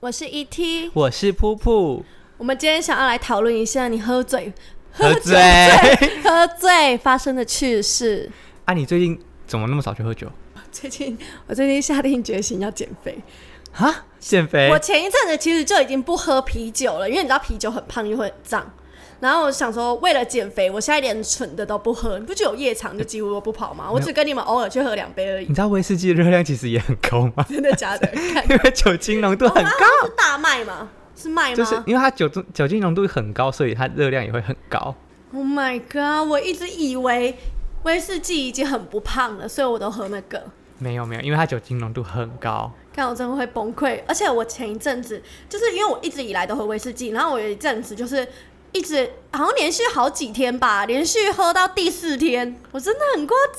我是 ET，我是噗噗，我们今天想要来讨论一下你喝醉、喝醉喝醉发生的趣事。啊！你最近怎么那么少去喝酒最近我最近下定决心要减肥。啊？减肥我？前一阵子其实就已经不喝啤酒了，因为你知道啤酒很胖又会很胀。然后我想说，为了减肥，我现在连纯的都不喝。你不觉得有夜场就几乎都不跑吗？我只跟你们偶尔去喝两杯而已你。知道威士忌的热量其实也很高吗？ 真的假的？看，因为酒精浓度很哦高，那 是大麦吗？是麦吗？就是因为它酒精酒精浓度很高，所以它热量也会很高。 Oh my god！我一直以为威士忌已经很不胖了，所以我都喝那个。没有没有，因为它酒精浓度很高。看我真的会崩溃，而且我前一阵子就是因为我一直以来都喝威士忌，然后我有一阵子就是一直好像连续好几天吧，连续喝到第四天，我真的很夸张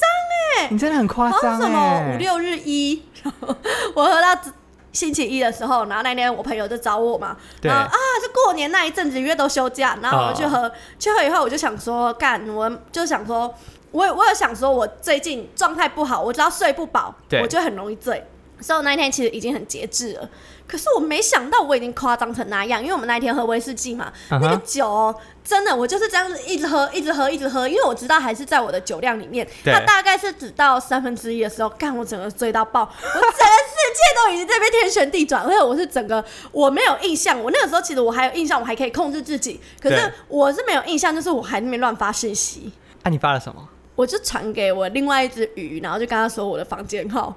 哎，你真的很夸好像张什么哎！五六日一， 然后我喝到星期一的时候，然后那天我朋友就找我嘛，对然后啊是过年那一阵子，因为都休假，然后我就去啊喝，去喝以后我就想说干，我就想说，我有我有想说我最近状态不好，我只要睡不饱，对我就很容易醉。所以我那一天其实已经很节制了，可是我没想到我已经夸张成那样，因为我们那一天喝威士忌嘛嗯哼那个酒哦真的我就是这样子一直喝，一直喝，一直喝，因为我知道还是在我的酒量里面，对它大概是只到三分之一的时候，干我整个醉到爆，我整个世界都已经这边天旋地转，而且我是整个我没有印象，我那个时候其实我还有印象，我还可以控制自己，可是对我是没有印象，就是我还在那边乱发信息。啊，你发了什么？我就传给我另外一只鱼，然后就跟他说我的房间号，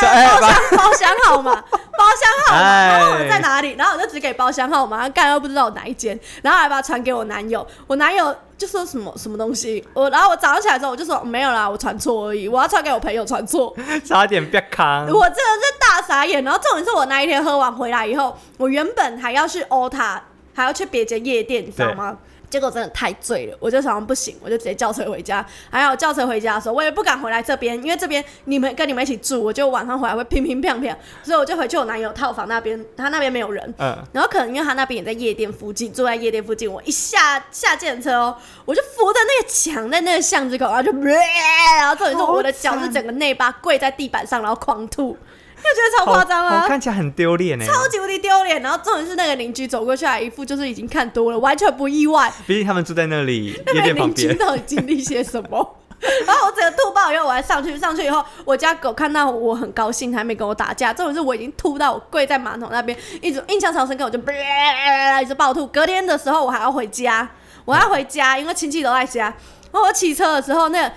这 哎，包发厢包厢号码，包厢号码，哎然后我在哪里？然后我就只给包厢号码，干又不知道我哪一间，然后还把它传给我男友，我男友就说什么什么东西，我然后我早上起来之后我就说没有啦，我传错而已，我要传给我朋友传错，差点被扛。我真的是大傻眼。然后重点是我那一天喝完回来以后，我原本还要去欧塔，还要去别间夜店，你知道吗？结果真的太醉了，我就想不行，我就直接叫车回家。还有叫车回家的时候，我也不敢回来这边，因为这边你们跟你们一起住，我就晚上回来会乒乒乓乓，所以我就回去我男友套房那边，他那边没有人。嗯，然后可能因为他那边也在夜店附近，住在夜店附近，我一下下电车哦，我就扶着那个墙，在那个巷子口，然后就，然后重点是我的脚是整个内八跪在地板上，然后狂吐，你有觉得超夸张啊好啊吗好？看起来很丢脸哎。超级无敌丢脸！然后重点是那个邻居走过去，还一副就是已经看多了，完全不意外，毕竟他们住在那里，那夜边店旁邻居边。到底经历些什么？ 然后我整个吐爆以后，我还上去，上去以后，我家狗看到我很高兴，还没跟我打架。重点是我已经吐到我跪在马桶那边，一直印象超深刻，我就 一直暴吐。隔天的时候我还要回家，我要回家，因为亲戚都在家。然后我骑车的时候，那个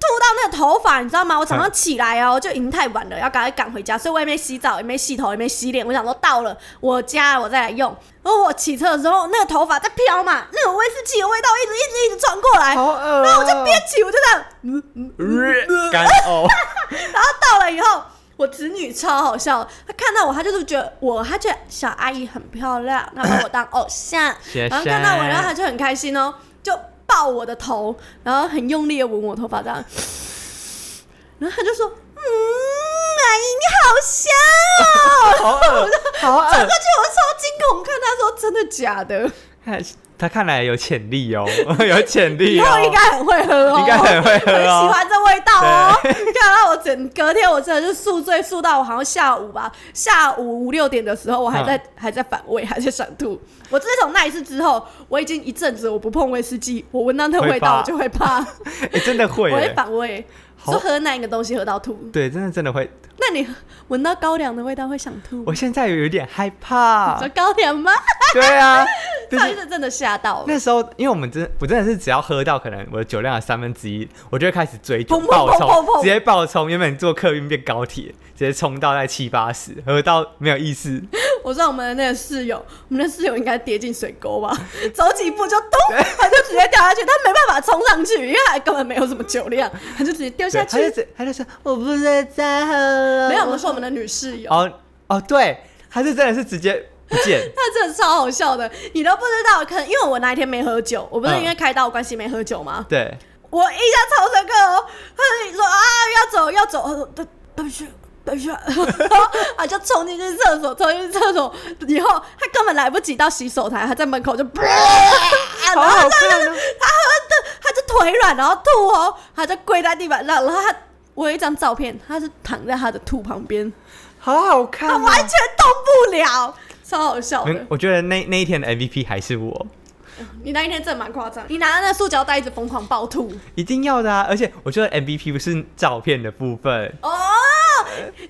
吐到那个头发，你知道吗？我早上起来哦，就已经太晚了，要赶快赶回家，所以我也没洗澡，也没洗头，也没洗脸。我想说到了我家我再来用。然后我骑车的时候，那个头发在飘嘛，那个威士忌的味道一直一直一直传过来，好恶然后我哦就边骑我就这样，嗯呃 干 呕。，然后到了以后，我侄女超好笑，她看到我，她就是觉得我，她觉得小阿姨很漂亮，她把我当偶像 谢谢然后看到我，然后她就很开心哦，就抱我的头，然后很用力的吻我头发这样，然后她就说：“嗯，阿姨你好 香哦。”好恶，好转过。恶去我超惊恐，看她说：“真的假的？看 他看来有潜力哦， 有潜力以哦，后应该很会喝哦，应该很会喝哦 很喜欢这味道哦。看到我整隔天，我真的是宿醉宿到我好像下午吧，下午五六点的时候，嗯我还在、还在反胃，还在想吐。我自从那一次之后，我已经一阵子我不碰威士忌，我闻到那味道我就会怕，诶哎真的 会我会耶，反胃，好就喝那一个东西喝到吐。对，真的真的会。那你闻到高粱的味道会想吐？我现在有一点害你 怕说，高粱吗？对 啊，就上一是次真的吓到，那时候，因为我们真我真的是只要喝到可能我的酒量的三分之一，我就会开始追酒砰砰砰爆砰冲，砰直接爆冲，原本坐客运变高铁，直接冲到在七八十，喝到没有意思，我知道我们的那个室友，我们的室友应该跌进水沟吧， 走几步就咚，他就直接掉下去，他没办法冲上去，因为他根本没有什么酒量，他就直接掉对下去他。就只他就说我不是在喝了，没有，我们说我们的女室友，，哦哦，对，他是真的是直接不见她真的超好笑的，你都不知道，可能因为我那一天没喝酒，我不是嗯因为开刀的关系没喝酒吗？对， 我印象超深刻哦，他就说啊要走要走，他呃说对对不起。对不起， 然后啊就冲进去厕所，冲进去厕所以后，他根本来不及到洗手台，他在门口 就，然好后好他看哦。他喝的，他就腿软，然后吐哦，他就跪在地板上，然后他我有一张照片，他是躺在他的吐旁边，好好他看、哦，完全动不了，超好笑的嗯。我觉得那那一天的 MVP 还是我，你那一天真的蛮夸张，你拿那塑胶袋一直疯狂暴吐。一定要的啊！而且我觉得 MVP 不是照片的部分，哦，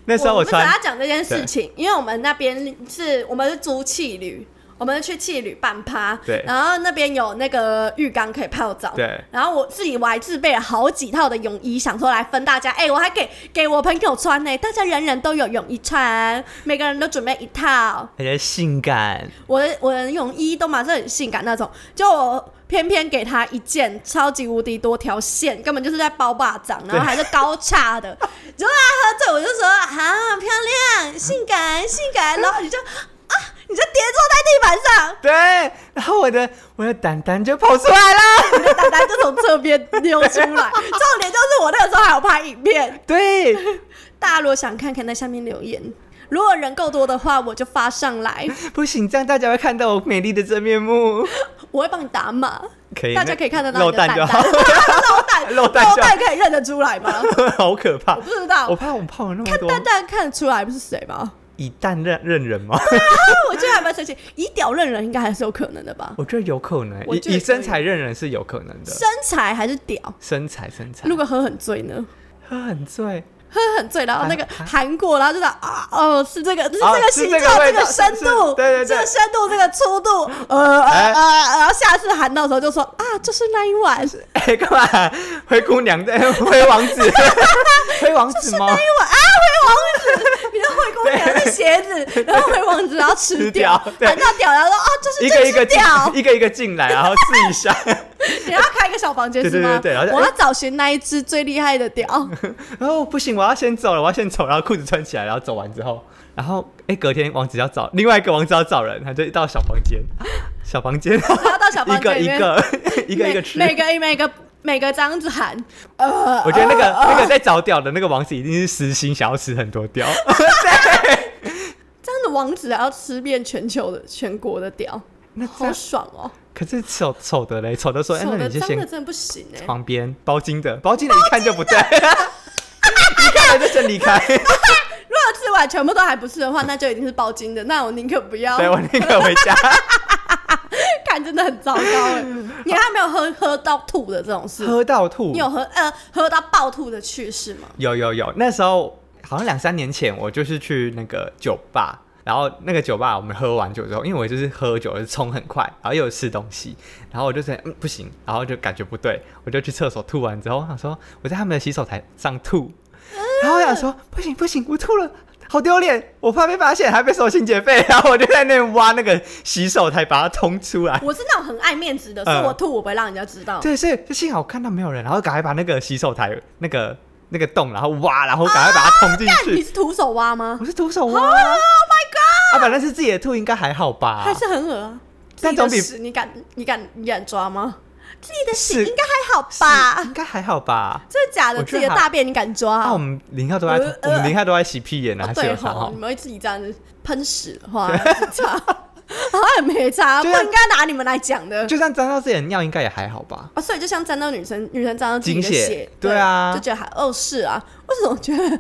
那时候我穿们只要讲这件事情，因为我们那边是我们是租气旅，我们是去气旅办趴，对然后那边有那个浴缸可以泡澡，对，然后我自己我还自备了好几套的泳衣，想说来分大家，哎、我还给给我朋友穿呢、大家人人都有泳衣穿，每个人都准备一套，感觉性感，我的我的泳衣都嘛是很性感那种，就我偏偏给他一件超级无敌多条线，根本就是在包霸掌，然后 还是高叉的。结果他喝醉，我就说啊漂亮，性感性感，然后你就啊你就跌坐在地板上，对。然后我的我的蛋蛋就跑出来了，你的蛋蛋就从侧边溜出 来。重点就是我那个时候还有拍影片，对，大家如果想看，可以在下面留言。如果人够多的话，我就发上来，不行，这样大家会看到我美丽的真面目。 我会帮你打 码，可以，大家可以看得到漏你的蛋蛋就蛋，好，漏蛋，漏蛋就好可以认得出来吗？好 可怕我。不知道我，怕我泡了那么看多，蛋蛋看得出来不是 谁吗？以蛋认认 人吗？啊，我觉得还蛮神奇，以屌认人应该还是有可能的吧？我觉得有可能，我以觉得以可以身材认人是有可能的，身材还是屌？身材身材如。果喝很醉呢？喝很醉，喝很醉，然后那个啊韩国，然后就是啊哦，是这个，是啊这个是形这个状，味这道个深是是度，对对对这个深度，这个粗度，呃呃哎呃，然后下次喊到的时候就说啊，就是那一晚，就是哎、 干嘛？灰姑娘的 灰王子，灰王子那吗？一晚啊，回王子，你的灰姑娘的鞋子，然后回王子，然后吃吃掉，掉对喊到屌，然后说啊，就是一个这一个只进屌，， 一个一个进来，然后试一下，你要开一个小房间对是对吗？对对然后就我哎要找寻那一只最厉害的 屌。 然后不行，我要先走了，我要先走，然后裤子穿起来，然后走完之后，然后哎、隔天王子要找另外一个王子要找人，他就到小房间， 小房间，然后到小一房个间里一面， 个一个一个每吃。每个每个每个这样子喊，呃，我觉得那个、那个在找屌的那个王子一定是私心想要吃很多 屌，这样的王子还要吃遍全球的全国的屌，那这好样爽哦！可是丑丑的嘞，丑的说，哎、丑那的你就脏先的真的不行哎、旁边包金的，包金的一看就不对， 一看了就先离开。如果吃完全部都还不是的话，那就一定是包金的，那我宁可不要。对我那个回 家， 看真的很糟糕 哎、你还没有喝喝到吐的这种事，喝到吐你。有喝呃喝到爆吐的趣事吗？有有有，那时候好像两三年前，我就是去那个酒吧，然后那个酒吧我们喝完酒之后，因为我就是喝酒就是冲很快，然后又有吃东西，然后我就觉得嗯不行，然后就感觉不对，我就去厕所吐完之后，我想说我在他们的洗手台上吐，然后我想说不行不行，我吐了。好丢脸！我怕被发现，还被收清洁费，然后我就在那边挖那个洗手台，把它通出来。我是那种很爱面子的，所以嗯我吐我不会让人家知道。对，所以就幸好我看到没有人，然后赶快把那个洗手台那个那个洞，然后挖，然后赶快把它通进但哦你去。是徒手挖吗我？是徒手挖、啊 oh my god！啊，反正是自己的兔，应该还好吧？还是很恶啊。但总比自己的屎你敢你敢你敢抓吗？自己的屎是应该还好是吧？应该还好吧？真的假的？我觉自得己的还大便你敢抓啊，我啊？们林浩都在，呃呃我们林浩都在洗屁眼呢、哦还是对有啥吼好？你们会自己这样子喷屎的 话，自己擦， 好像也没擦，不就像应该拿你们来讲的。就算沾到自己的尿，应该也还好 吧？啊，所以就像沾到女生，女生沾到自己的精血血，对啊就觉得还哦是啊，为什么我觉得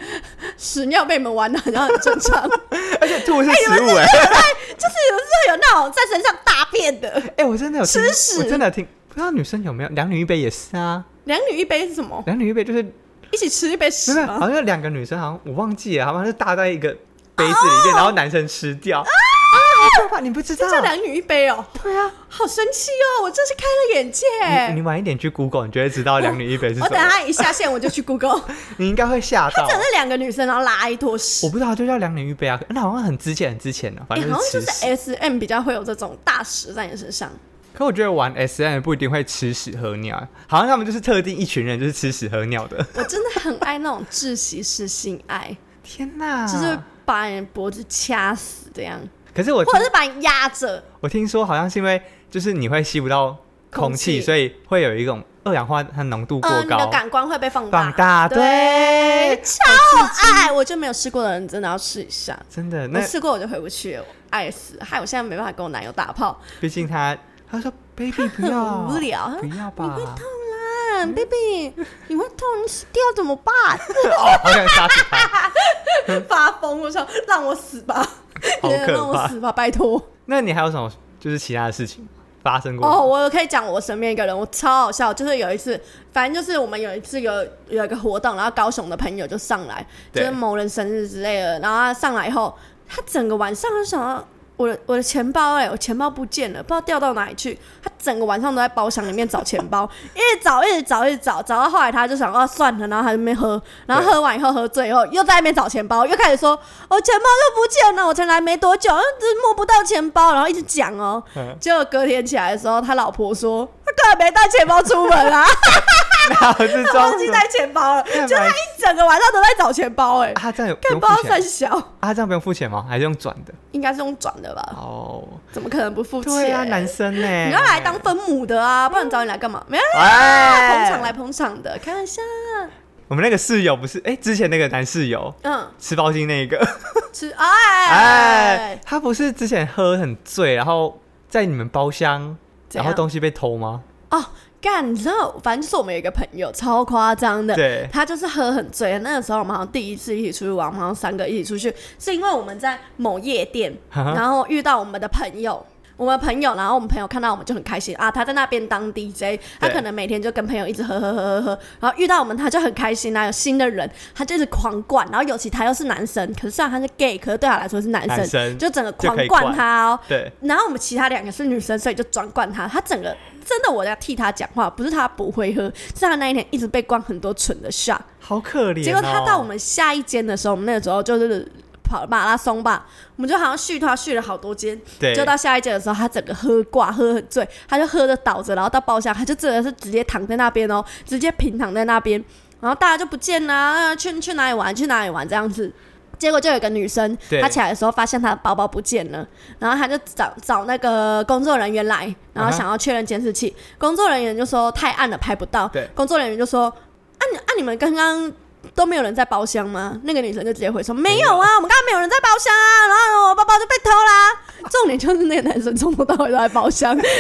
屎尿被你们玩的 好像很正常？就而且兔是食物哎、是有时候有那种在身上大便的，哎、我真的有听吃屎我真的有听，不知道女生有没有两女一杯也是啊，两女一杯是什么？两女一杯就是一起吃一杯屎真的吗？好像两个女生，好像我忘记了，好像是搭在一个杯子里面，然后男生吃掉。啊，好可怕！你不知道哦这？叫两女一杯哦，对啊，好生气哦！我真是开了眼界。你你晚一点去 Google，你就会知道两女一杯我是什哦等么。他一下线我 就去 Google，你应该会吓到真。的是两个女生然后拉一坨屎我。不知道，就叫两女一杯啊，那好像很之前很之前的，啊反哎、正好像吃就屎。是 S M 比较会有这种大屎在你身上，可我觉得玩 S M 不一定会吃屎喝尿，啊好像他们就是特定一群人就是吃屎喝尿的。我真的很爱那种窒息式性爱，天哪！就是会把人脖子掐死这样， 可是我或者是把你压着。我听说好像是因为就是你会吸不到空空气，气所以会有一种二氧化碳浓度过嗯，你的高。感官会被放大，放大，对，超爱！我就没有试过的人，真的要试一下。真的，我那试过我就回不去了，我爱死！害我现在没办法跟我男友打炮，毕竟他他说 baby 不要，无聊啊不你要会 吧，痛啦、b a b y 你会痛，你死掉怎么 办？哦，好想杀死他，发疯，我想让我死吧。好你能 让可我怕。死吧，拜托。那你还有什么就是其他的事情发生过？哦，我可以讲我身边一个人，我超好笑，就是有一次，反正就是我们有一次有有一个活动，然后高雄的朋友就上来，就对是某人生日之类的，然后他上来以后，他整个晚上都想到我的我的钱包哎、我钱包不见了，不知道掉到哪里去，他整个晚上都在包厢里面找钱包， 一直找一直找一直找，找到后来他就想哦算了，然后他就没喝，然后对喝完以后喝醉以后又在那边找钱包，又开始说我钱包又不见了，我才来没多久，就是摸不到钱包，然后一直讲哦，嗯结果隔天起来的时候，他老婆说他根本没带钱包出门 啊，哪有这他种忘记带钱包了，干嘛就他一整个晚上都在找钱包、哎、啊，这样有不看用包付算钱？小，啊，这样不用付钱吗？还是用转的？应该是用转的吧？哦，怎么可能不付钱？对啊，男生呢、你要来当分母的啊，不然找你来干嘛？没有啦，哎捧场来捧场的，开玩笑。我们那个室友不是哎、之前那个男室 友嗯，吃包金那一个，吃哎哎，他不是之前喝很醉，然后在你们包厢，怎然样后东西被偷吗？哦，干，你知道，反正就是我们有一个朋友超夸张的，对他就是喝很醉。那个时候我们好像第一次一起出去玩，我们好像三个一起出去，是因为我们在某夜店，哈哈然后遇到我们的朋友。我们朋友，然后我们朋友看到我们就很开心啊，他在那边当 DJ，他对可能每天就跟朋友一直喝喝喝喝喝，然后遇到我们他就很开心啊，有新的人他就是狂灌，然后尤其他又是男生，可是虽然他是 gay，可是对他来说是男生，男生就整个就狂可以灌灌他哦，对，然后我们其他两个是女生，所以就专灌她。她整个真的我在替她讲话，不是她不会喝，是她那一天一直被灌很多蠢的 shot。好可怜、哦。结果她到我们下一间的时候，我们那个时候就是跑马拉松吧，我们就好像续她续了好多间，对就到下一间的时候，她整个喝挂，喝很醉，她就喝的倒着，然后到包厢，她就真的是直接躺在那边哦，直接平躺在那边，然后大家就不见啦、啊，去去哪里玩，去哪里玩这样子。结果就有一个女生，对她起来的时候发现她的包包不见了，然后她就找找那个工作人员来，然后啊哈想要确认监视器，工作人员就说太暗了拍不到对，工作人员就说啊你啊你们刚刚。都没有人在包厢吗？那个女生就直接回说没有啊，我们刚刚没有人在包厢啊，然后我包包就被偷啦。重点就是那个男生从头到尾都在包 厢，可是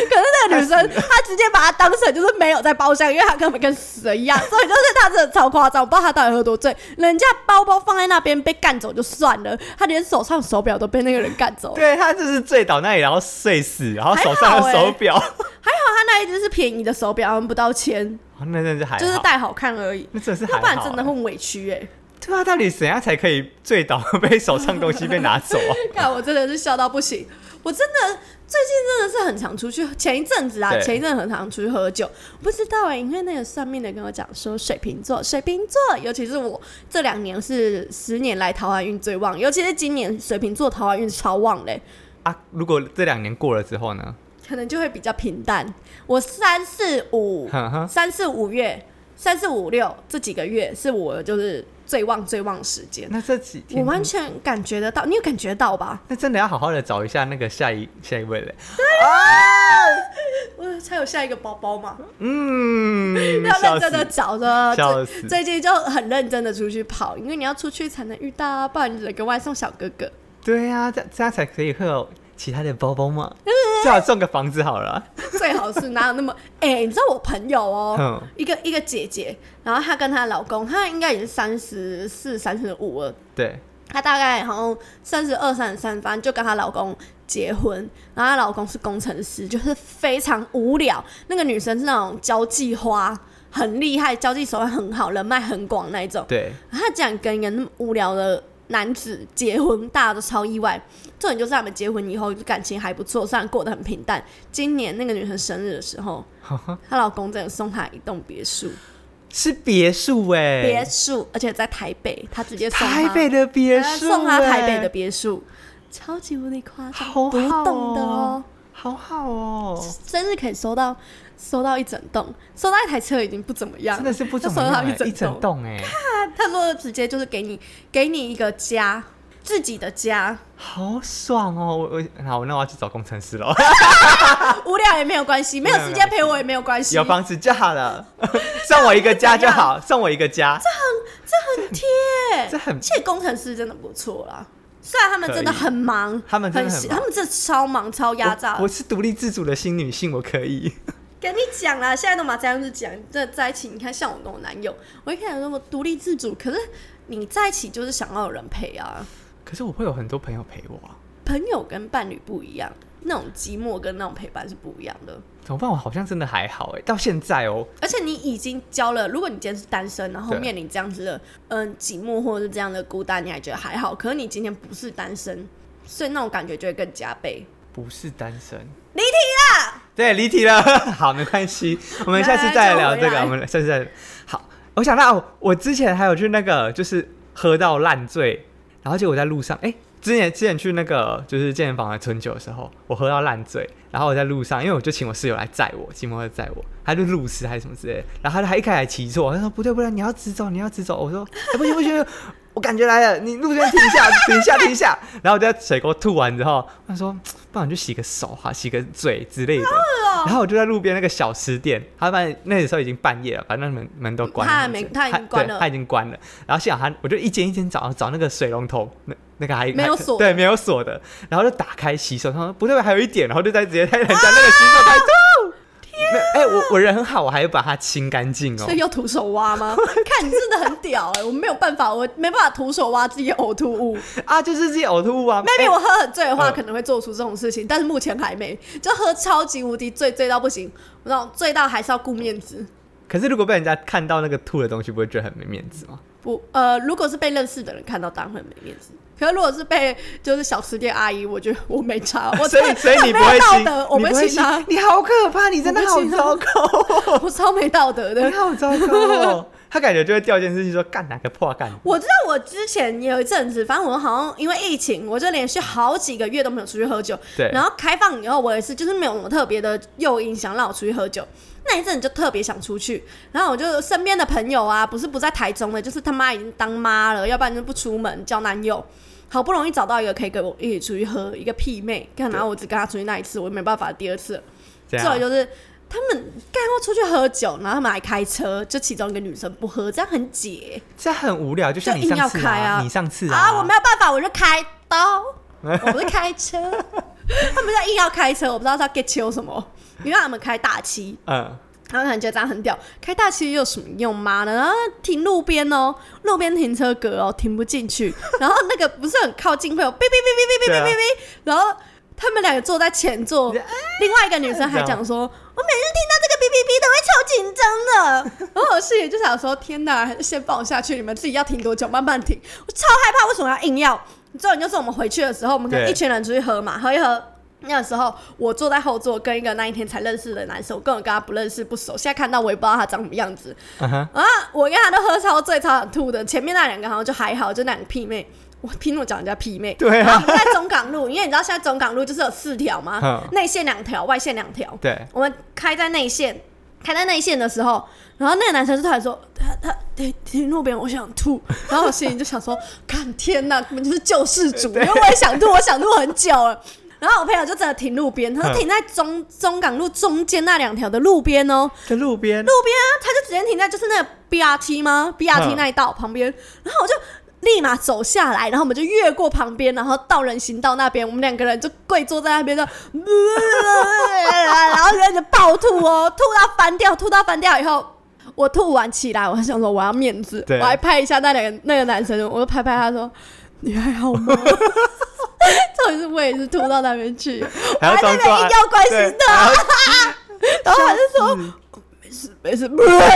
那个女生她直接把他当成就是没有在包厢，因为她根本跟死了一 样。所以就是她真的超夸张，我不知道她到底喝多醉。人家包包放在那边被干走就算了，她连手上手表都被那个人干走。对他就是醉倒那里，然后睡死，然后手还上好的欸手表， 哦还好她那一只是便宜的手表，他们不到千，那真的是还好，就是戴好看而已。那真的是还要好、啊不然真的会很委屈哎、对啊，到底怎样才可以醉倒 被手上东西被拿走啊？ 看我真的是笑到不行，我真的最近真的是很常出去，前一阵子啊，对前一阵很常出去喝酒，不知道哎、因为那个算命的跟我讲说水瓶座，水瓶座，尤其是我这两年是十年来桃花运最旺，尤其是今年水瓶座桃花运超旺嘞、啊，如果这两年过了之后呢？可能就会比较平淡。我三四 五哼哼，三四五月，三四五六这几个月是我就是最旺最旺时间，那这几我天，完全感觉得到，你有感觉到吧？ 那真的要好好的找一下那个下一下一位了。我才有下一个包包嘛。嗯，要笑认真的死找着， 笑最死最近就很认真的出去跑，因为你要出去才能遇到啊，不然你只能跟外送小哥哥。 对啊，这这样才可以会有其他的包包 嘛。嗯最好送个房子好了。最好是哪有那么哎、你知道我朋友哦、嗯一个一个姐姐，然后她跟她老公，她应该也是三十四、三十五了，对，她大概好像三十二、三十三，反正就跟她老公结婚，然后她老公是工程师，就是非常无聊。那个女生是那种交际花，很厉害，交际手腕很好，人脉很广那一种。对，他竟然跟一个那么无聊的男子结婚，大家都超意外。重点就是他们结婚以后感情还不错，虽然过得很平淡。今年那个女生生日的时 候，她老公真的送她一栋别墅，是别墅哎，别墅，而且在台北，他直接送她台北的别她墅，哎送她台北的，别墅，超级无敌夸张，好好独栋的哦哦，好好哦，生日可以收到收到一整栋，收到一台车已经不怎么样，真的是不就怎收么到样一欸，一整栋。栋哎，他说直接就是给你给你一个家，自己的家，好爽哦！我我好，那我要去找工程师了， 无聊也没有关系，没有时间陪我也没有关系，有房子就好了，送我一个家就好，送我一个家，很贴。这很其实工程师真的不错啦，虽然他们真的可以很忙，他们真的很闲忙他们真的超忙超压榨我。我。是独立自主的新女性，我可以。 跟你讲啦，现在都嘛这样子讲，真的在一起，你看像我跟我男友，我一开始那么独立自主，可是你在一起就是想要有人陪啊。可是我会有很多朋友陪我啊，朋友跟伴侣不一样，那种寂寞跟那种陪伴是不一样的。怎么办？我好像真的还好哎，到现在哦，而且你已经交了，如果你今天是单身，然后对面临这样子的，嗯，寂寞或者是这样的孤单，你还觉得还好。可是你今天不是单身，所以那种感觉就会更加倍。不是单身。离题啦！对，离题了， 好，没关系，我们下次再聊这来来个，来我们下次再聊好。我想到我之前还有去那个，就是喝到烂醉，然后结果在路上，哎、之前之前去那个就是健身房的春酒的时候，我喝到烂醉，然后我在路上，因为我就请我室友来载我，骑摩托车载我，他就路痴还是什么之类的，然后他还一开始骑错，他说不对不对，你要直走，你要直走，我说、哎不行不行，我感觉来了，你路边停一 下，停一下停一下，然后我就在水沟吐完之后，他说不然就洗个手哈、洗个嘴之类的，然后我就在路边那个小吃店，他反正那时候已经半夜了，反正门门都关了，他还没他已经关了对他已经关了。然后幸好他，我就一间一间找找那个水龙头，那那个还没有锁对，没有锁的。然后就打开洗手，他说不对，还有一点，然后就再直接在人家那个洗手台吐。没有哎、我我人很好，我还把它清干净哦所。以要徒手挖 吗？看你真的很屌哎、我没有办法，我没办法徒手挖自己的呕吐 物。啊，就是自己呕吐物啊。 maybe 哎我喝很醉的话，嗯可能会做出这种事情，但是目前还没，就喝超级无敌醉，醉到不行，我那种醉到还是要顾面子。可是如果被人家看到那个吐的东西，不会觉得很没面子吗？不，呃，如果是被认识的人看到，当然会没面子。可是如果是被就是小吃店阿姨，我觉得我没 差，我所以所以太你不没会有亲道德，，我你不不会会亲他亲，，你好可怕，你真的我不好会亲啊他糟糕哦。我超没道德的你。好糟糕 哦！他感觉就会掉件事情说干哪个破干，我知道我之前也有一阵子，反正我好像因为疫情，我就连续好几个月都没有出去喝酒。对然后开放以后，我也是就是没有什么特别的诱因想让我出去喝酒。那一阵子就特别想出去，然后我就身边的朋友啊，不是不在台中的，就是他妈已经当妈了，要不然就不出门交男友。好不容易找到一个可以跟我一起出去喝一个屁妹，干然后我只跟他出去那一次，我也没办法第二次了。这再来样就是他们干要出去喝酒，然后他们还开车，就其中一个女生不喝，这样很解。这样很无聊。就像你就硬上次要开啊你上次啊，我没有办法，我就开刀，我不是开车。他们在硬要开车，我不知道他 get 秋什么，你让他们开大七，嗯，他们可能觉得这样很屌，开大七又有什么用吗？然后停路边哦，路边停车格哦，停不进去，然后那个不是很靠近会有哔哔哔哔哔啊哔哔哔哔，然后。他们两个坐在前座，另外一个女生还讲说：“我每次听到这个哔哔哔都会超紧张的。”然后我室友就想说：“天哪，还是先放我下去，你们自己要停多久，慢慢停。”我超害怕，为什么要硬要？你知道，你就是我们回去的时候，我们跟对一群人出去喝嘛，喝一喝。那个时候，我坐在后座，跟一个那一天才认识的男生，我根本跟他不认识不熟。现在看到我也不知道他长什么样子，嗯哼，啊，我跟他都喝超醉、超想吐的。前面那两个好像就还好，就两个屁妹。我拼我讲人家屁妹，对啊然后我们在中港路，因为你知道现在中港路就是有四条嘛嗯，内线两条，外线两条。对，我们开在内线，开在内线的时候，然后那个男生就突然说，他他停停路边，我想吐。然后我心里就想说，看天哪，根本就是救世主，因为我也想吐，我想吐很久了。然后我朋友就真的停路边，他嗯说停在中中港路中间那两条的路边哦，在路边路边啊，他就直接停在就是那个 BRT 吗？BRT 嗯那一道旁边，然后我就立马走下来，然后我们就越过旁边，然后到人行道那边，我们两个人就跪坐在那边就， 然后就一直暴吐哦，吐到翻掉，吐到翻掉以后。我吐完起来，我还想说我要面子，对我还拍一下那两个那个男生，我就拍拍他说：“你还好 吗？”这一次我也是吐到那边去，我还要还在那边装作硬啊要关心对嗯他，还要然后他就说：“没事没事。”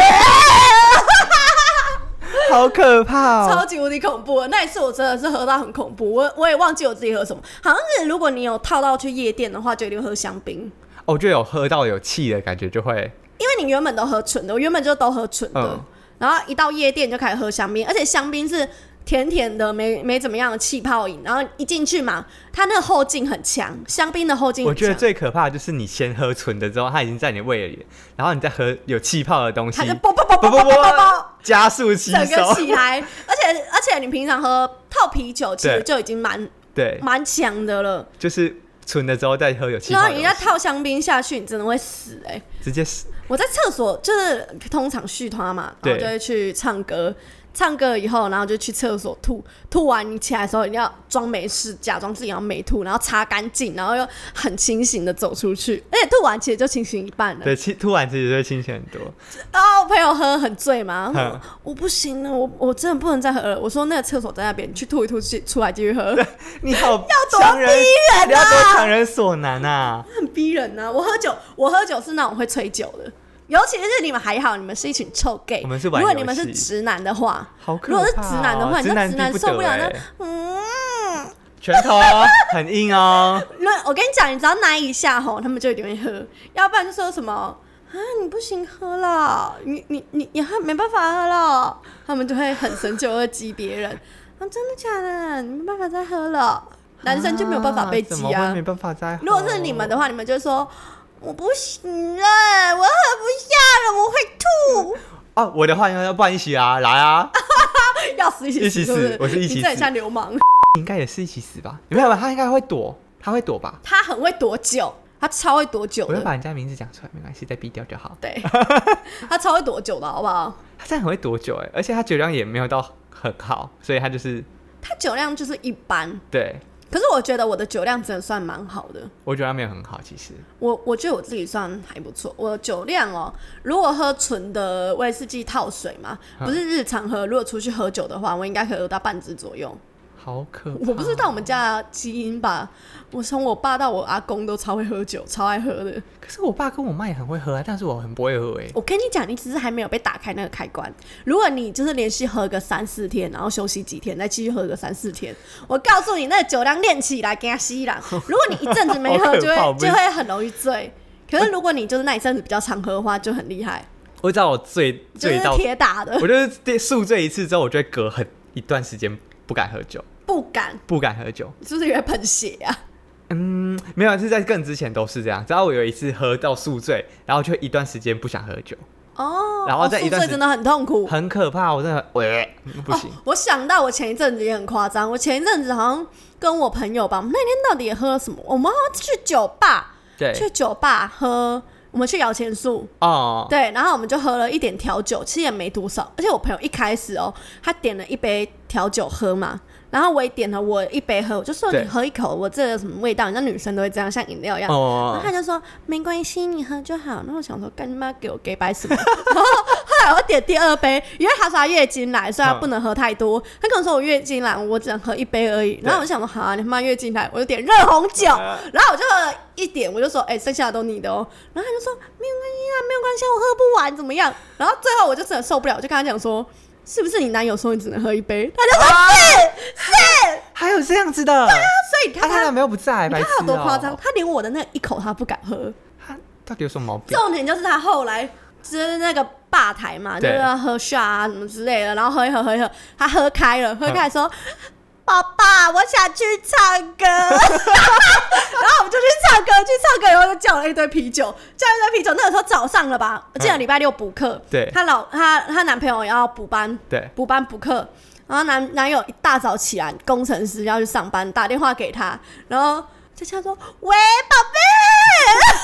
好可怕超哦。级无敌恐怖的。那一次我真的是喝到很恐怖，我我也忘记我自己喝什么，好像是如果你有套到去夜店的话，就一定喝香槟，我就有喝到有气的感觉，就会因为你原本都喝纯的，我原本就都喝纯的，嗯然后一到夜店就开始喝香槟，而且香槟是。甜甜的，没没怎么样的气泡饮，然后一进去嘛，它那个后劲很强，香槟的后劲我很觉得强，最可怕的就是你先喝纯的之后，它已经在你胃里，然后你再喝有气泡的东西它，就啵啵啵不啵不啵不啵啵啵，，加速吸整个收，起来，而且而且你平常喝泡啤酒其实对就已经蛮对，蛮强的了，就是纯的之后再喝有气然泡后的人东家西，套香槟下去，你真的会死哎、直接死我在厕所就是通常续团嘛，然对后就会去唱歌。唱歌以后，然后就去厕所吐，吐完你起来的时候，你要装没事，假装自己要没吐，然后擦干净，然后又很清醒的走出去，而且吐完其实就清醒一半了。对，清突然其实就会清醒很多。然后我朋友喝很醉嘛，他说嗯我不行了，啊我我真的不能再喝了。我说那个厕所在那边，你去吐一吐，去出来继续 喝，你好，多强人，逼人啊你要多强人所难啊！很逼人呐、我喝酒，我喝酒是那种会吹酒的。尤其是你们还好，你们是一群臭 gay。我们是如玩果你们游是戏直男的话，好可如怕、哦。果是直男的话，你知道直男直男逼不受得不了那欸，嗯，拳头很硬哦。那我跟你讲，你只要拿一下吼，他们就一定会喝，要不然就说什么啊，你不行喝了，你你你你喝没办法喝了，他们就会很生气，会激别人。啊，真的假的？你没办法再喝了，男生就没有办 法被怎激么啊。会没办法再。哦如果是你们的话，你们就说我不行了，我喝不下了，我会吐。哦，我的话要要不然一起啊，来啊， 要死一起一起是不死我是一起你这很死像流氓。应该也是一起死吧？有没有吧？他应该会躲，他会躲吧？他很会躲酒，他超会躲酒我要的，把人家名字讲出来，没关系，再逼掉就好。对， 他超会躲酒的好不好？他这样很会躲酒哎，而且他酒量也没有到很好，所以他就是他酒量就是一般，对可是我觉得我的酒量真的算蛮好的。我酒量没有很好，其实我我觉得我自己算还不错，我酒量哦，如果喝纯的威士忌套水嘛，不是日常喝，如果出去喝酒的话，我应该可以喝到半支左右。好可怕。我不知道我们家的基因吧，我从我爸到我阿公都超会喝酒，超爱喝的。可是我爸跟我妈也很会喝啊，但是我很不会喝哎。我跟你讲，你只是还没有被打开那个开关。如果你就是连续喝个三四天，然后休息几天，再继续喝个三四天，我告诉你，那个酒量练起来给他吸 了。如果你一阵子没喝，好可怕就会我不就会很容易醉。可是如果你就是那一阵子比较常喝的话，就很厉害，我知道我醉就醉是到，铁打的，我就是宿醉一次之后，我就会隔很一段时间不敢喝酒， 不敢，不敢喝酒。是不是有点喷血 啊？嗯，没有，是在更之前都是这样。只要我有一次喝到宿醉，然后就一段时间不想喝酒，哦，然后再哦宿一段醉时真的很痛苦，很可怕。我真的，喂、不行哦。我想到我前一阵子也很夸张，我前一阵子好像跟我朋友吧，我们那天到底也喝了什么？我们好像去酒吧，对，去酒吧喝，我们去摇钱树，哦，对，然后我们就喝了一点调酒，其实也没多少。而且我朋友一开始哦，他点了一杯调酒喝嘛，然后我也点了我一杯喝，我就说对你喝一口，我这有什么味道？你知道女生都会这样，像饮料一样。然后哦，他就说没关系，你喝就好。然后我想说干你妈给我给白什么？ 然后后来我点第二杯，因为他说他月经来，所以他不能喝太嗯多。他跟我说我月经来，我只能喝一杯而已。然后我就想说好、啊，你他妈月经来，我就点热红酒。然后我就喝了一点，我就说哎、剩下的都你的哦。然后他就说没有关系啊，没有关系啊，我喝不完怎么样？然后最后我就真的受不了，我就跟他讲说。是不是你男友说你只能喝一杯？他就啊说是是，还有这样子的，啊，所以你看他他，男朋友不在，你白看痴他有多夸张，哦，他连我的那一口他不敢喝。他到底有什么毛病？重点就是他后来就是那个吧台嘛，就对是要喝 shot 啊什么之类的，然后喝一喝喝一喝，他喝开了，喝开说。嗯爸爸，我想去唱歌， 然后我们就去唱歌，去唱歌，然后就叫了一堆啤酒，叫了一堆啤酒。那个时候早上了吧，我记得礼拜六补课，嗯对她老她她男朋友要补班，对，补班补课，然后男男友一大早起来，工程师要去上班，打电话给他，然后佳佳说：“喂，宝贝。”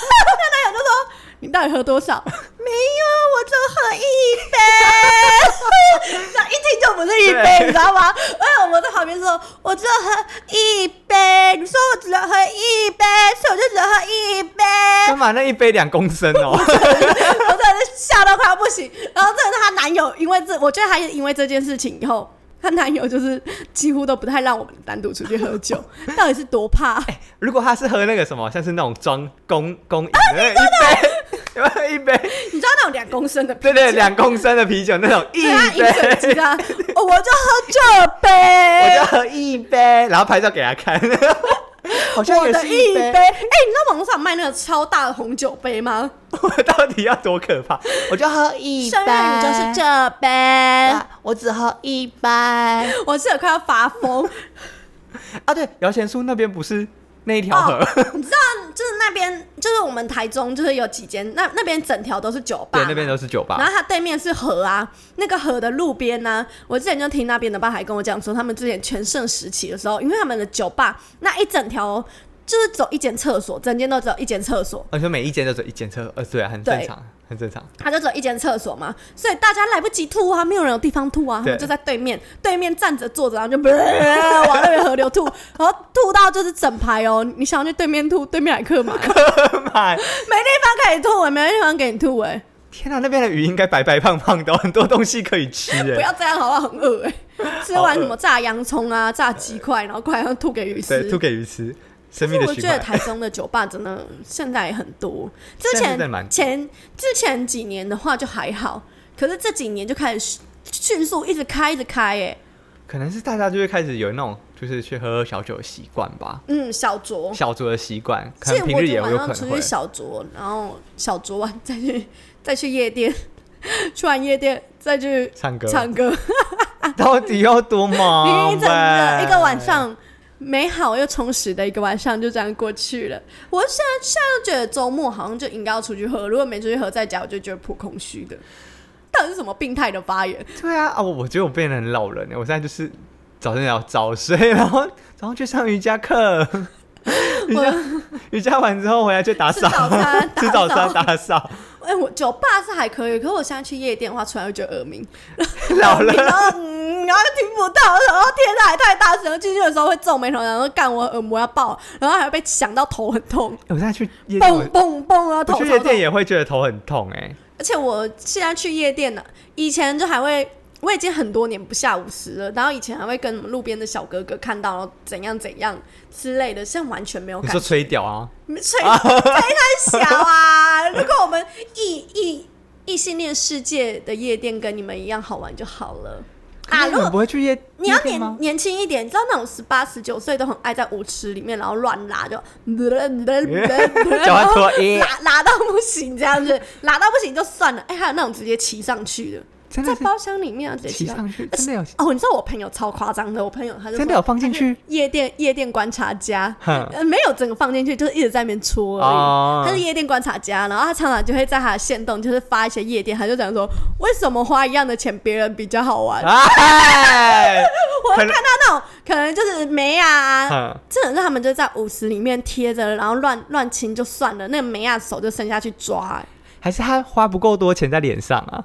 那男友就说：“你到底喝多 少？”没有，啊我只喝一杯。 那一听就不是一杯，对你知道吗？ 哎，我在旁边说：“我只喝一杯。”你说我只能喝一杯，所以我就只能喝一杯。干嘛那一杯两公升哦？ 我真的是吓到快要不行。然后这个她男友，因为这，我觉得她因为这件事情以后，她男友就是几乎都不太让我们单独出去喝 酒，到底是多怕？ 如果他是喝那个什么，像是那种装公公饮的啊那个一杯，有 没有一杯？你知道那种两公升的啤酒，对对，两公升的啤酒那种一对啊，饮水杯，机啊，哦我就喝这我啊 杯就。喝一杯，然后拍照给他看， 好像我也的是一杯，哎、杯。你知道网络上卖那个超大的红酒杯吗？我到底要多可怕？我就喝一杯，生日你就是这杯，啊我只喝一杯啊！我真的快要发疯。对，摇钱树那边不是那一条河， 你知道，就是那边，就是我们台中，就是有几间，那那边整条都是酒吧对嘛，，那边都是酒然吧。后它对面是河啊，那个河的路边呢、我之前就听那边的吧台跟我讲说，他们之前全盛时期的时候，因为他们的酒吧那一整条就是走一间厕所，整间都只有一间厕所，而哦且每一间都只有一间厕所，呃，对啊，很正对常， 很正常。他就只有一间厕所嘛，所以大家来不及吐啊，没有人有地方吐啊，他对们就在对面，对面站着坐着，然后就呃往那边河流吐，然后吐到就是整排哦，你想要去对面吐，对面来客嘛，没地妈呀方可以吐、欸，没地方给你吐哎、天啊，那边的鱼应该白白胖胖的， 很多东西可以吃不哎。要这样好不好？很饿 哎、吃好完饿什么炸洋葱啊，炸鸡块，然后快要吐给鱼吃，对，吐给鱼吃，生可命是的我循觉得环。台中的酒吧真的现在也很多，之现在前真的蛮多前之前几年的话就还好，可是这几年就开始迅迅速一直开一直开、哎，可能是大家就会开始有那种就是去喝喝小酒的习惯吧，嗯，小酌，小酌的习惯，可所以能平我日也就晚有可上能出会去。小酌，然后小酌完再去再去夜店， 去完夜店再去唱歌，唱歌， 到底要多忙 啊一呗？整个一个晚上。美好又充实的一个晚上就这样过去了。我现在现在觉得周末好像就应该要出去喝，如果没出去喝，在家我就觉得颇空虚的。到底是什么病态的发言？对啊，啊，我我觉得我变得很老人了，欸我现在就是早上要早睡，然后早上去上瑜 伽课，瑜伽瑜伽完之后回来就打吃扫，早餐 吃打早扫餐打扫，哎、我酒吧是还可以，可是我现在去夜店的话，突然会觉得耳鸣，老了然后嗯，然后听不到，然后天哪，也太大声了！进去的时候会皱眉头，然后干我耳膜要爆，然后还会被想到头很痛，我现在去夜店，蹦我蹦蹦啊，我头去超夜痛店。也会觉得头很痛哎、而且我现在去夜店呢、以前就还会，我已经很多年不下五十了，然后以前还会跟什么路边的小哥哥看到然后怎样怎样之类的，现在完全没有你感说觉。吹屌啊？吹吹太小啊！如果我们异异异性恋世界的夜店跟你们一样好玩就好了啊！可是如你们果不会去夜你要夜店年吗？年轻一点，你知道那种十八十九岁都很爱在舞池里面然后乱拉，就脚然还后拖耶， 拉拉到不行这样子， 拉到不行就算了。哎、还有那种直接骑上去的，真的在是包厢里面啊，直接骑骑上去。上去，真的有哦，你知道我朋友超夸张的，我朋友 他就说真的有放 进去夜店夜店观察家，哼呃，没有整个放进去，就是一直在那边搓而已。哦他是夜店观察家，然后他常常就会在他的线动，就是发一些夜店，他就讲说为什么花一样的钱别人比较好玩。哎，我可看能到那种可能就是没啊， 嗯，这种是他们就在舞池里面贴着，然后乱乱亲就算了，那个梅亚手就伸下去抓、哎还是他花不够多钱在脸上 啊？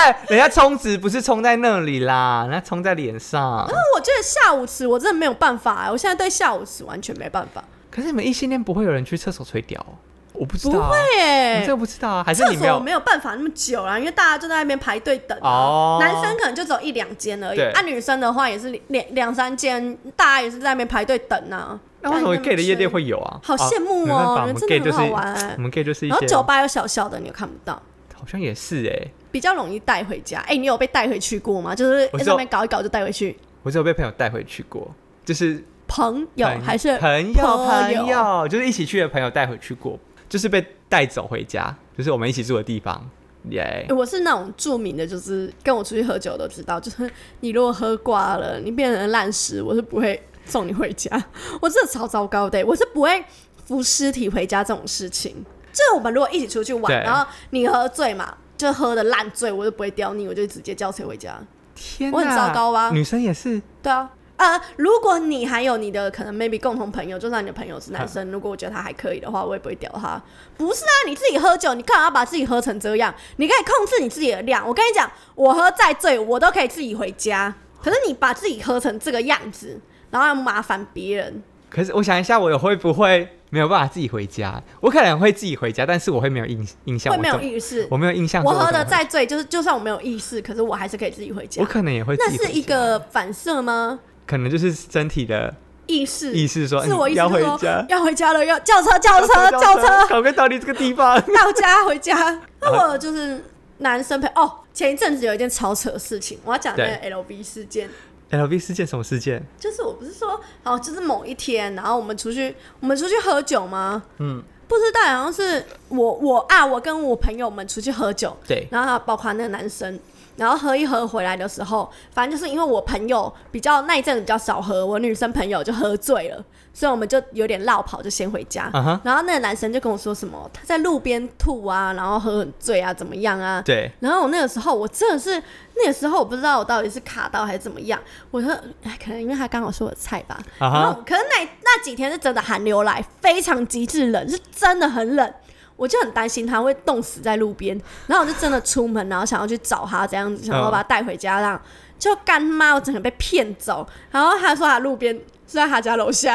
哎，人家充值不是充在那里啦，人家充在脸上。但我觉得下午池我真的没有办法、哎我现在对下午池完全没办法，可是你们异性恋不会有人去厕所吹屌哦，我不知不道、啊，会、哎你这个不知道啊，还是厕你没所有？没有办法那么久啦，因为大家就在那边排队等、啊。哦男生可能就只有一两间而已，对按、女生的话也是两两三间，大家也是在那边排队等啊。那为什么干 gay 的夜店吹会有啊？好啊羡慕没办哦你法们我们真的 gay 就很是好玩哎我们 gay 就是一然后些，酒吧有小小的，你又看不到，好像也是哎、比较容易带回家。哎、你有被带回去过吗？就是我在知道那边搞一搞就带回去，我只有被朋友带回去过，就是朋友朋还是朋友朋友朋友，就是一起去的朋友带回去过，就是被带走回家，就是我们一起住的地方，耶、欸我是那种著名的，就是跟我出去喝酒都知道，就是 你如果喝挂了，你变成烂屎，我是不会送你回家。 我真的超糟糕的欸、我是不会扶尸体回家这种事情。就是我们如果一起出去玩，对然后你喝醉嘛，就喝的烂醉，我就不会刁你，我就直接叫车回家。天哪，我很糟糕啊吧女生也是，对啊。呃，如果你还有你的可能 maybe 共同朋友，就算你的朋友是嗯男生，如果我觉得他还可以的话，我也不会屌他。不是啊，你自己喝酒，你干嘛要把自己喝成这样？你可以控制你自己的量。我跟你讲，我喝再醉，我都可以自己回家。嗯可是你把自己喝成这个样子，然后要麻烦别人，可是我想一下，我有会不会没有办法自己回家？我可能会自己回家，但是我会没有印印象，会我没有怎么意识。我没有印象我中怎喝么会，的再醉，就是就算我没有意识，可是我还是可以自己回家我。可能也会自啊那己是回一家个反射吗？可能就是身体的意识，意识说自我嗯意识要回说家，要回家了，要叫车，叫车，叫车。搞个到底这个地方 到家回家。然后那我就是男生陪哦。前一阵子有一件超扯的事情，我要讲那对个 LV 事件， ，L V 事件什么事件？就是我不是说，哦，就是某一天，然后我们出去，我们出去喝酒吗？嗯，不知道，好像是我我啊，我跟我朋友们出去喝酒，对然后还有包括那个男生，然后喝一喝回来的时候，反正就是因为我朋友比较那一阵子比较少喝，我女生朋友就喝醉了，所以我们就有点绕跑，就先回家。嗯哼，然后那个男生就跟我说什么他在路边吐啊，然后喝很醉啊，怎么样啊？对，然后我那个时候我真的是那个时候我不知道我到底是卡到还是怎么样，我说哎，可能因为他刚好是我的菜吧。啊然哈，后可能那那几天是真的寒流来，非常极致冷，是真的很冷。我就很担心他会冻死在路边，然后我就真的出门，然后想要去找他，这样嗯子想要把他带回家，这样就干妈我整个被骗走。然后他说他路边是在他家楼下，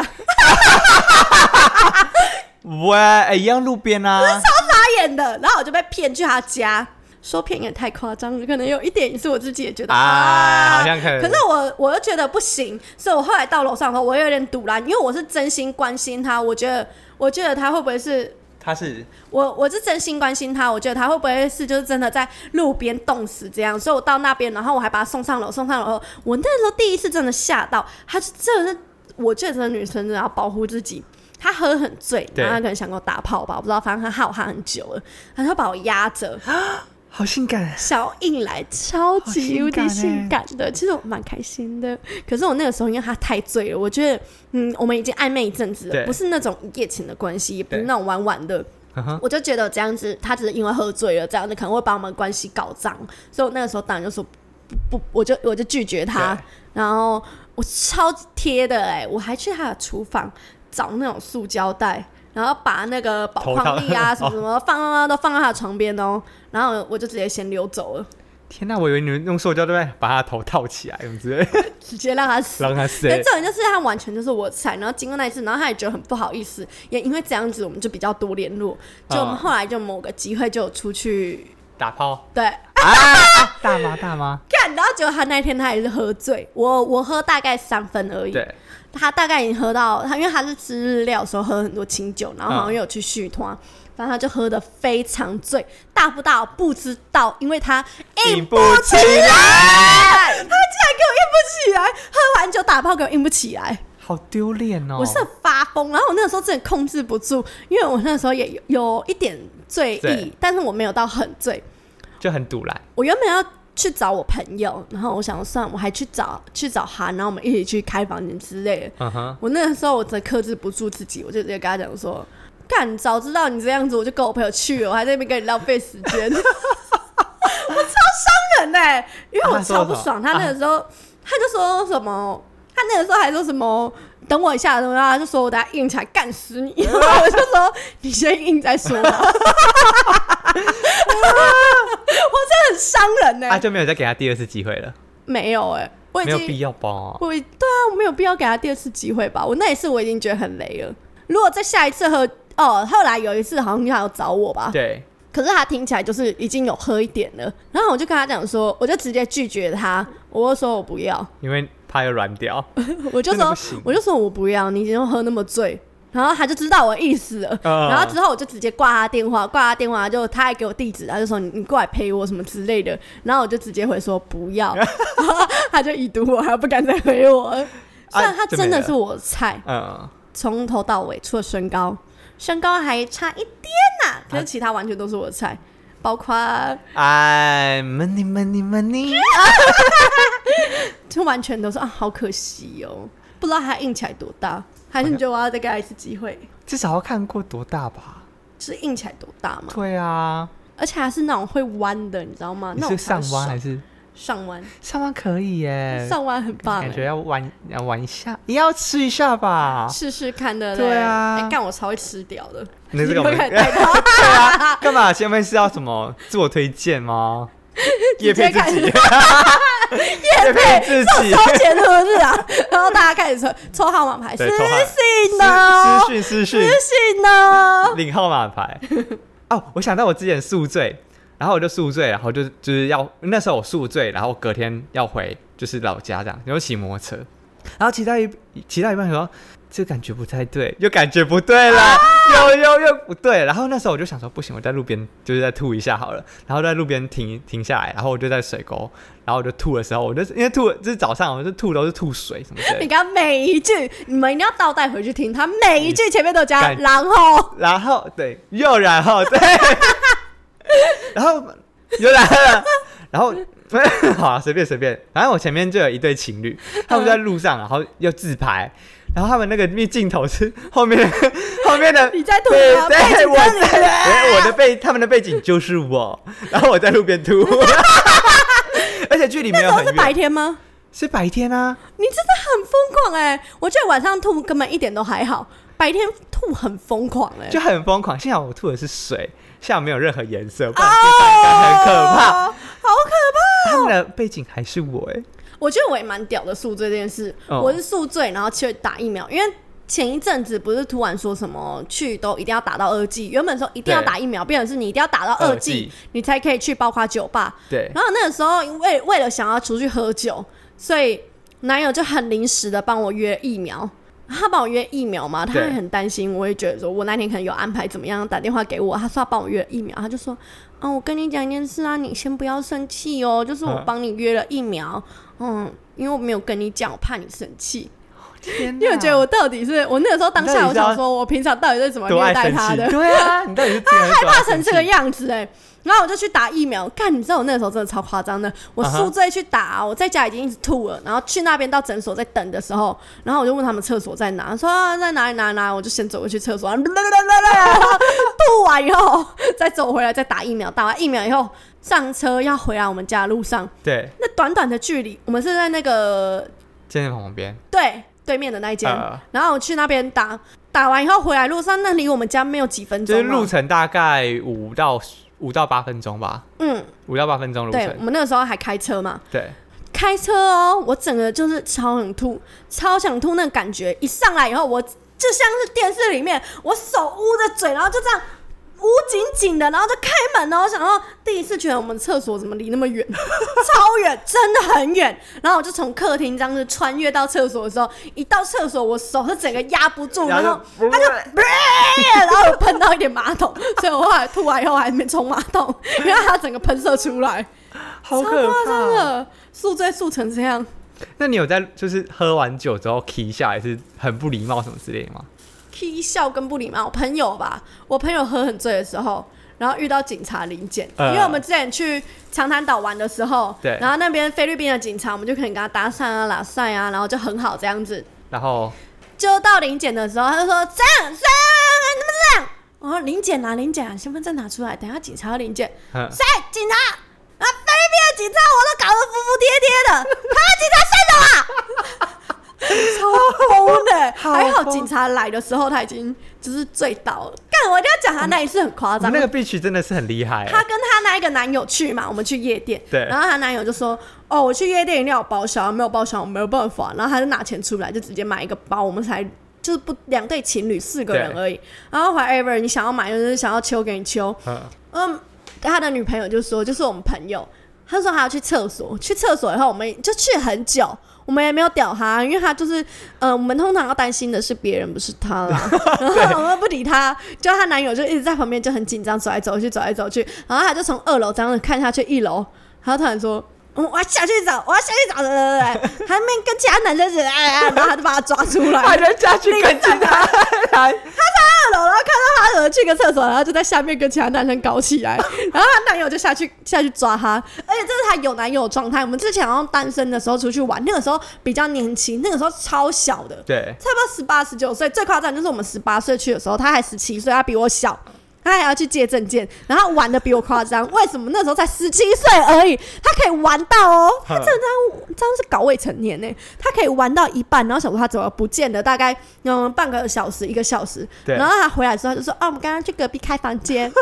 喂，哎一样路边啊，他演的，然后我就被骗去他家。说骗也太夸张了，可能有一点也是我自己也觉得啊，好像可以，可是我我又觉得不行，所以我后来到楼上的时候，我有点堵然，因为我是真心关心他，我觉得我觉得他会不会是他是我我是真心关心他，我觉得他会不会是就是真的在路边冻死这样，所以我到那边，然后我还把他送上楼，送上楼后，我那时候第一次真的吓到，他是真的是，我觉得这个女生真的要保护自己。她喝很醉，对然后她可能想跟我打炮吧，我不知道，反正她耗她很久了，她就把我压 着，好性感，小硬来，超级无敌好哦性性感的。其实我蛮开心的，可是我那个时候因为他太醉了，我觉得，嗯，我们已经暧昧一阵子了，对不是那种一夜情的关系，也不是对那种玩玩的。嗯哼，我就觉得这样子，他只是因为喝醉了，这样子可能会把我们关系搞脏，所以我那个时候当然就说不，不我就我就拒绝他对。然后我超贴的哎、我还去他的厨房找那种塑胶袋，然后把那个宝头矿套力啊什么哦什么放放放都放到他的床边哦、然后我就直接先溜走了，天哪，我以为你们用塑胶对不对？把他的头套起来，用之类，直接让他死。让他可死是。这种就是他完全就是我的菜，然后经过那一次，然后他也觉得很不好意思，也因为这样子我们就比较多联络，就我们嗯后来就某个机会就有出去， 打炮对，啊！大妈大妈，干，然后结果他那天他也是喝醉，我我喝大概三分而已，对，他大概已经喝到他，因为他是吃日料的时候喝很多清酒，然后好像有去续团，反正他就喝的非常醉，大不大我不知道，因为他硬不起来，他竟然给我硬不起来，喝完酒打炮给我硬不起来。好丢脸哦！我是发疯，然后我那个时候真的控制不住，因为我那时候也有有一点醉意对，但是我没有到很醉。就很堵然，我原本要去找我朋友，然后我想算了我还去找去找他，然后我们一起去开房间之类的。嗯哼，我那个时候我真的克制不住自己，我就直接跟他讲说：“干，早知道你这样子，我就跟我朋友去了，我还在那边跟你浪费时间。” 我超伤人哎、因为我啊他说超什不么爽。他那个时候、他就说什么，他那个时候还说什么。等我一下，然后他就说我等下硬起来干死 你，然后我就说你先硬再说 吧。我真的很伤人呢、啊就没有再给他第二次机会了，没有哎、我已没有经必要吧？我对啊，我没有必要给他第二次机会吧？我那一次我已经觉得很雷了。如果再下一次喝，哦，后来有一次好像他有找我吧，对，可是他听起来就是已经有喝一点了，然后我就跟他讲说，我就直接拒绝他，我就说我不要，因为怕又软 掉， 我就真的说不行我就说我不要，你已经喝那么醉。然后他就知道我的意思了，嗯然后之后我就直接挂他电话，挂他电话就他还给我地址，他就说你你过来陪我什么之类的，然后我就直接回说不 要， 然后他就已读我，还不敢再回我。啊虽然他就真的没了是我的菜，嗯，从头到尾除了身高，身高还差一点呐、可啊是其他完全都是我的菜，包括哎，money money money，就完全都是啊，好可惜哦，不知道他硬起来多大，还是你觉得我要再给他一次机会？至少要看过多大吧？是硬起来多大嘛？对啊，而且还是那种会弯的，你知道吗？你那是种才上会弯还爽是上弯？上弯可以耶？上弯很棒、感觉欸，要玩要玩一下，也要吃一下吧？试试看的嘞。对啊哎干我超会吃掉的。你这不个我们敢带他， 对啊，干嘛？前面是要什么自我推 荐吗？叶接配自开始己， 叶配自 己，超前合日啊！然后大家开始抽抽号码牌，私对抽号信呢，私讯私私讯，信呢，领号码牌。哦，我想到我之前宿醉，然后我就宿醉，然后就就是要那时候我宿醉，然后隔天要回就是老家这样，然后骑摩托车，然后骑到一骑到一半说这感觉不太对，又感觉不对了，又又又不对。然后那时候我就想说不行，我在路边就是在吐一下好了，然后在路边停停下来，然后我就在水沟，然后我就吐的时候，我就因为吐就是早上我就吐都是吐水什么之类你的。刚每一句，你们一定要倒带回去听，他每一句前面都有加，感然后然后对， 又然后对，然后又然后，然后 好啊，随便随便。然后我前面就有一对情侣，嗯他们就在路上，然后又自拍，然后他们那个面镜头是后面 后面的 你在吐对啊，背对，景我在你在，的对我的背，他们的背景就是我， 然后我在路边吐， 而且距离没有那时候很是白远，天吗？是白天啊，你真的很疯狂哎、我觉得晚上吐根本一点都还好，白天吐很疯狂哎、就很疯狂。幸好我吐的是水，幸好没有任何颜色，不然哦第三感很可怕。好可怕！他们的背景还是我哎、我觉得我也蛮屌的宿醉这件事，哦我是宿醉，然后去打疫苗，因为。前一阵子不是突然说什么去都一定要打到二剂，原本说一定要对打疫苗，变成是你一定要打到二二剂剂，你才可以去包括酒吧。对，然后那个时候为为了想要出去喝酒，所以男友就很临时的帮我约疫苗。他帮我约疫苗嘛，他对也很担心，我也觉得说我那天可能有安排怎么样，打电话给我，他说他帮我约疫苗，他就说，啊，我跟你讲一件事啊，你先不要生气哦，就是我嗯帮你约了疫苗，嗯，因为我没有跟你讲，我怕你生气。天你有觉得我到底是我那个时候当下，我你到底是要想说我平常到底是怎么多虐爱待生他气的？？对啊，你到底是他 害怕成这个样子哎、然后我就去打疫苗，干，你知道我那个时候真的超夸张的，我啊哈宿醉去打啊、我在家已经一直吐了，然后去那边到诊所在等的时候，然后我就问他们厕所在哪，说、啊、在哪里哪里哪里，我就先走过去厕所，然后吐完以后再走回来再打疫苗，打完疫苗以后上车要回来我们家的路上，对，那短短的距离，我们是在那个健身房旁边，对对面的那一间，呃然后我去那边打，打完以后回来路上，那离我们家没有几分就钟是嘛，路程大概五到五到八分钟吧，嗯。五到八分钟路对，程我。们那个时候还开车嘛，对，开车哦，我整个就是超想吐，超想吐那个感觉，一上来以后，我就像是电视里面，我手捂着嘴，然后就这样。捂紧紧的，然后就开门哦。我想说，第一次觉得我们厕所怎么离那么远， 超远，真的很远。然后我就从客厅这样子穿越到厕所的时候，一到厕所，我手是整个压不住，然后 就他就然后我喷到一点马桶，所以我后来吐完以后还没冲马桶，因为它整个喷射出来。好超可夸张怕。的，宿醉宿成这样，那你有在就是喝完酒之后 k 下来是很不礼貌什么之类的吗？ k 笑跟不礼貌。我朋友吧，我朋友喝很醉的时候，然后遇到警察临检，呃因为我们之前去长滩岛玩的时候，对然后那边菲律宾的警察，我们就可以跟他搭讪啊、拉讪啊，然后就很好这样子。然后就到临检的时候，他就说这样这样，你们这样。我说临检啊，临检啊，身份证拿出来，等一下警察要临检。嗯谁？警察啊，菲律宾的警察我都搞得服服帖帖的， 台湾警察谁懂啊？啊超疯的， 好还好疯警察来的时候他已经就是醉倒了。干，我一定要讲他那一次很夸我张们，那个 bitch 真的是很厉害欸、她跟她那一个男友去嘛，我们去夜店，对然后她男友就说：“哦，我去夜店一定要有包厢，没有包厢我没有办法。”然后她就拿钱出来，就直接买一个包，我们才就是不两对情侣四个人对而已。然后 whatever 你想要买就是想要秋给你秋，嗯，嗯，他的女朋友就说，就是我们朋友，他说他要去厕所，去厕所以后，我们就去很久，我们也没有屌他，因为他就是，呃，我们通常要担心的是别人，不是他啦， 然后我们不理他，就她男友就一直在旁边就很紧张，走来走去，走来走去，然后他就从二楼这样子看下去一楼，然后突然说。嗯我要下去找，我要下去找，对对对，他们跟其他男生是，哎哎然后他就把他抓出来，把人家去跟进他来，二楼，然后看到她怎么去个厕所，然后就在下面跟其他男生搞起来，然后她男友就下去下去抓她，而且这是她有男友的状态。我们之前好像单身的时候出去玩，那个时候比较年轻，那个时候超小的，对，差不多十八十九岁。最夸张就是我们十八岁去的时候，她还十七岁，她比我小。她还要去借证件，然后玩的比我夸张。为什么那时候才十七岁而已，她可以玩到哦？她真的这样这样是搞未成年呢、她可以玩到一半，然后想说她怎么不见了？大概嗯半个小时一个小时，对然后她回来之后就说：“啊，我们刚刚去隔壁开房 间，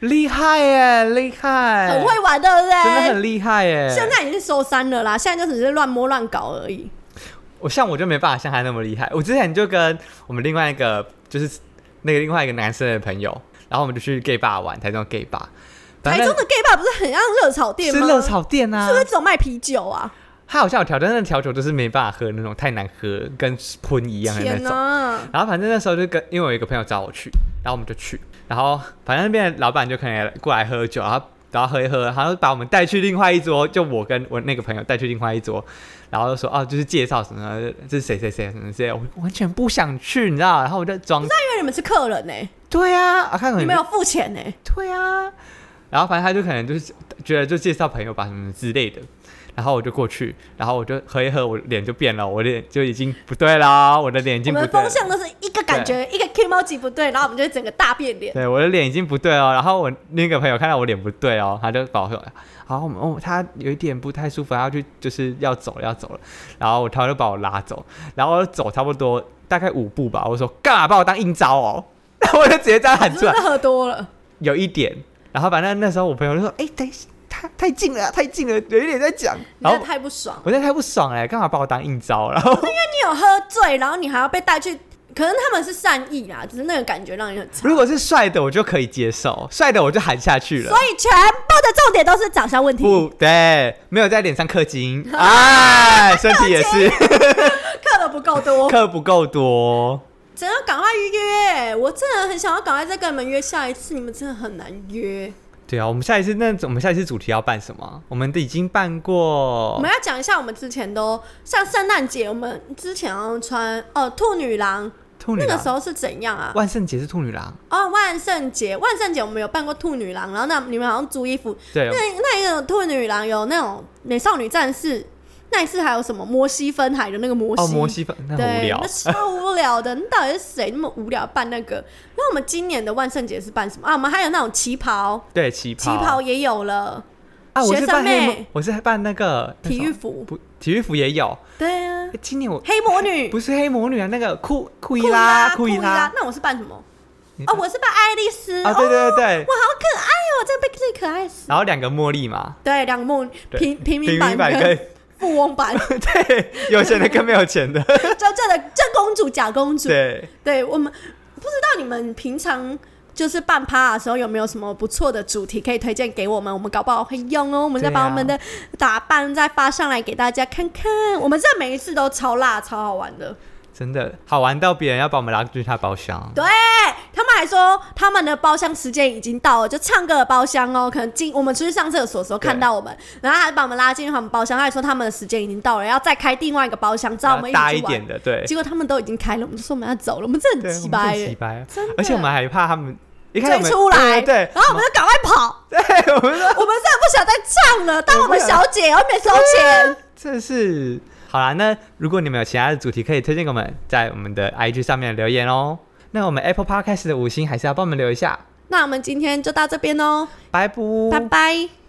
厉害耶，厉害，很会玩，对不哎真的对很厉害耶。？”现在已经收山了啦，现在就只是乱摸乱搞而已。我像我就没办法像他那么厉害。我之前就跟我们另外一个就是那个另外一个男生的朋友，然后我们就去 gay bar 玩，台中 gay bar，台反中正的 gay bar 不是很像热炒店是吗？热炒店啊是不。是只有卖啤酒啊？他好像有调酒，但那调酒就是没办法喝那种太难喝，跟喷一样的那天种。哪！然后反正那时候就跟因为我有一个朋友找我去，然后我们就去，然后反正那边的老板就可能也过来喝酒，然后然后喝一喝，然后把我们带去另外一桌，就我跟我那个朋友带去另外一桌，然后就说哦、就是介绍什么，这是谁谁谁什么之类的，我完全不想去，你知道？然后我就装因为你们是客人呢、对啊，啊看可你能们有付钱呢、对啊，然后反正他就可能就是觉得就介绍朋友吧什么之类的。然后我就过去，然后我就喝一喝，我脸就变了，我脸就已经不对啦，我的脸已我经不们对了风。向都是一个感觉，一个 K 猫级不对，然后我们就会整个大变脸。对，我的脸已经不对哦。然后我那个朋友看到我脸不对哦，他就把我说，好，我们哦，他有一点不太舒服，他要去就是要走了，要走了。然后他就把我拉走，然后我走差不多大概五步吧，我说干嘛把我当应招哦？ 然后我就直接这样喊你是出不来是，喝多了？有一点。然后反正那时候我朋友就说，哎、等一下他太近了，太近了，有一点在讲。你然真的后太不爽了。我真的太不爽了，干嘛把我当应招？然后你有喝醉，然后你还要被带去，可能他们是善意啊，只是那个感觉让你很差。如果是帅的，我就可以接受，帅的我就喊下去了所。以全部的重点都是长相问题，不对，没有在脸上氪 金，哎，身体也是刻的不够多。氪不够多。真的要赶快约，我真的很想要赶快再跟你们约下一次，你们真的很难约。对啊，我们下一次那我们下一次主题要办什么？我们已经办过，我们要讲一下，我们之前都像圣诞节，我们之前好像穿哦兔女郎，兔女那郎，个时候是怎样啊？万圣节是兔女郎，哦，万圣节，万圣节我们有扮过兔女郎，然后那你们好像租衣服，对啊那，那一个兔女郎有那种美少女战士，那一次还有什么摩西分海的那个摩西，哦，摩西粉那很无对，聊那。超无聊的。你 到底是谁那么无聊办那个？那我们今年的万圣节是办什么啊？我们还有那种旗袍，对，旗旗袍，袍也有了，啊，我学是生扮黑妹幕，我是扮那个那体育什么服，不，体育服也有。对啊诶，今年我黑魔女，不是黑魔女啊，那个库库伊库伊拉，库伊拉，那我是扮什么？你哦，我是扮爱丽丝。啊，对哦，对对对我，好可爱哦，这被这可爱死。然后两个茉莉嘛， 对，两个梦对平平民平版民版跟跟富翁 版，对有钱的跟没有钱的，真正的真公主假公主。对。对我们不知道你们平常就是办趴的时候有没有什么不错的主题可以推荐给我们？我们搞不好会用哦。我们再对把啊我们的打扮再发上来给大家看看。我们这每一次都超辣、超好玩的。真的好玩到别人要把我们拉进他包厢，对啊他们还说他们的包厢时间已经到了，就唱歌的包厢哦。可能进我们出去上厕所的时候看到我们，然后还把我们拉进他们包厢，他还说他们的时间已经到了，要再开另外一个包厢，找我们然后一起大一去玩点。的，对，结果他们都已经开了，我们就说我们要走了，我们真的对，很我鸡们巴很耶奇。葩，真的而且我们还怕他们一看追我们出来，对然后我们就赶快跑，对 对，我们说我们真的不想再唱了，当我们小姐，我没收钱。这是好啦。那如果你们有其他的主题可以推荐给我们，在我们的 IG 上面留言哦。那我们 Apple Podcast 的五星还是要帮我们留一下，那我们今天就到这边哦，拜拜拜拜。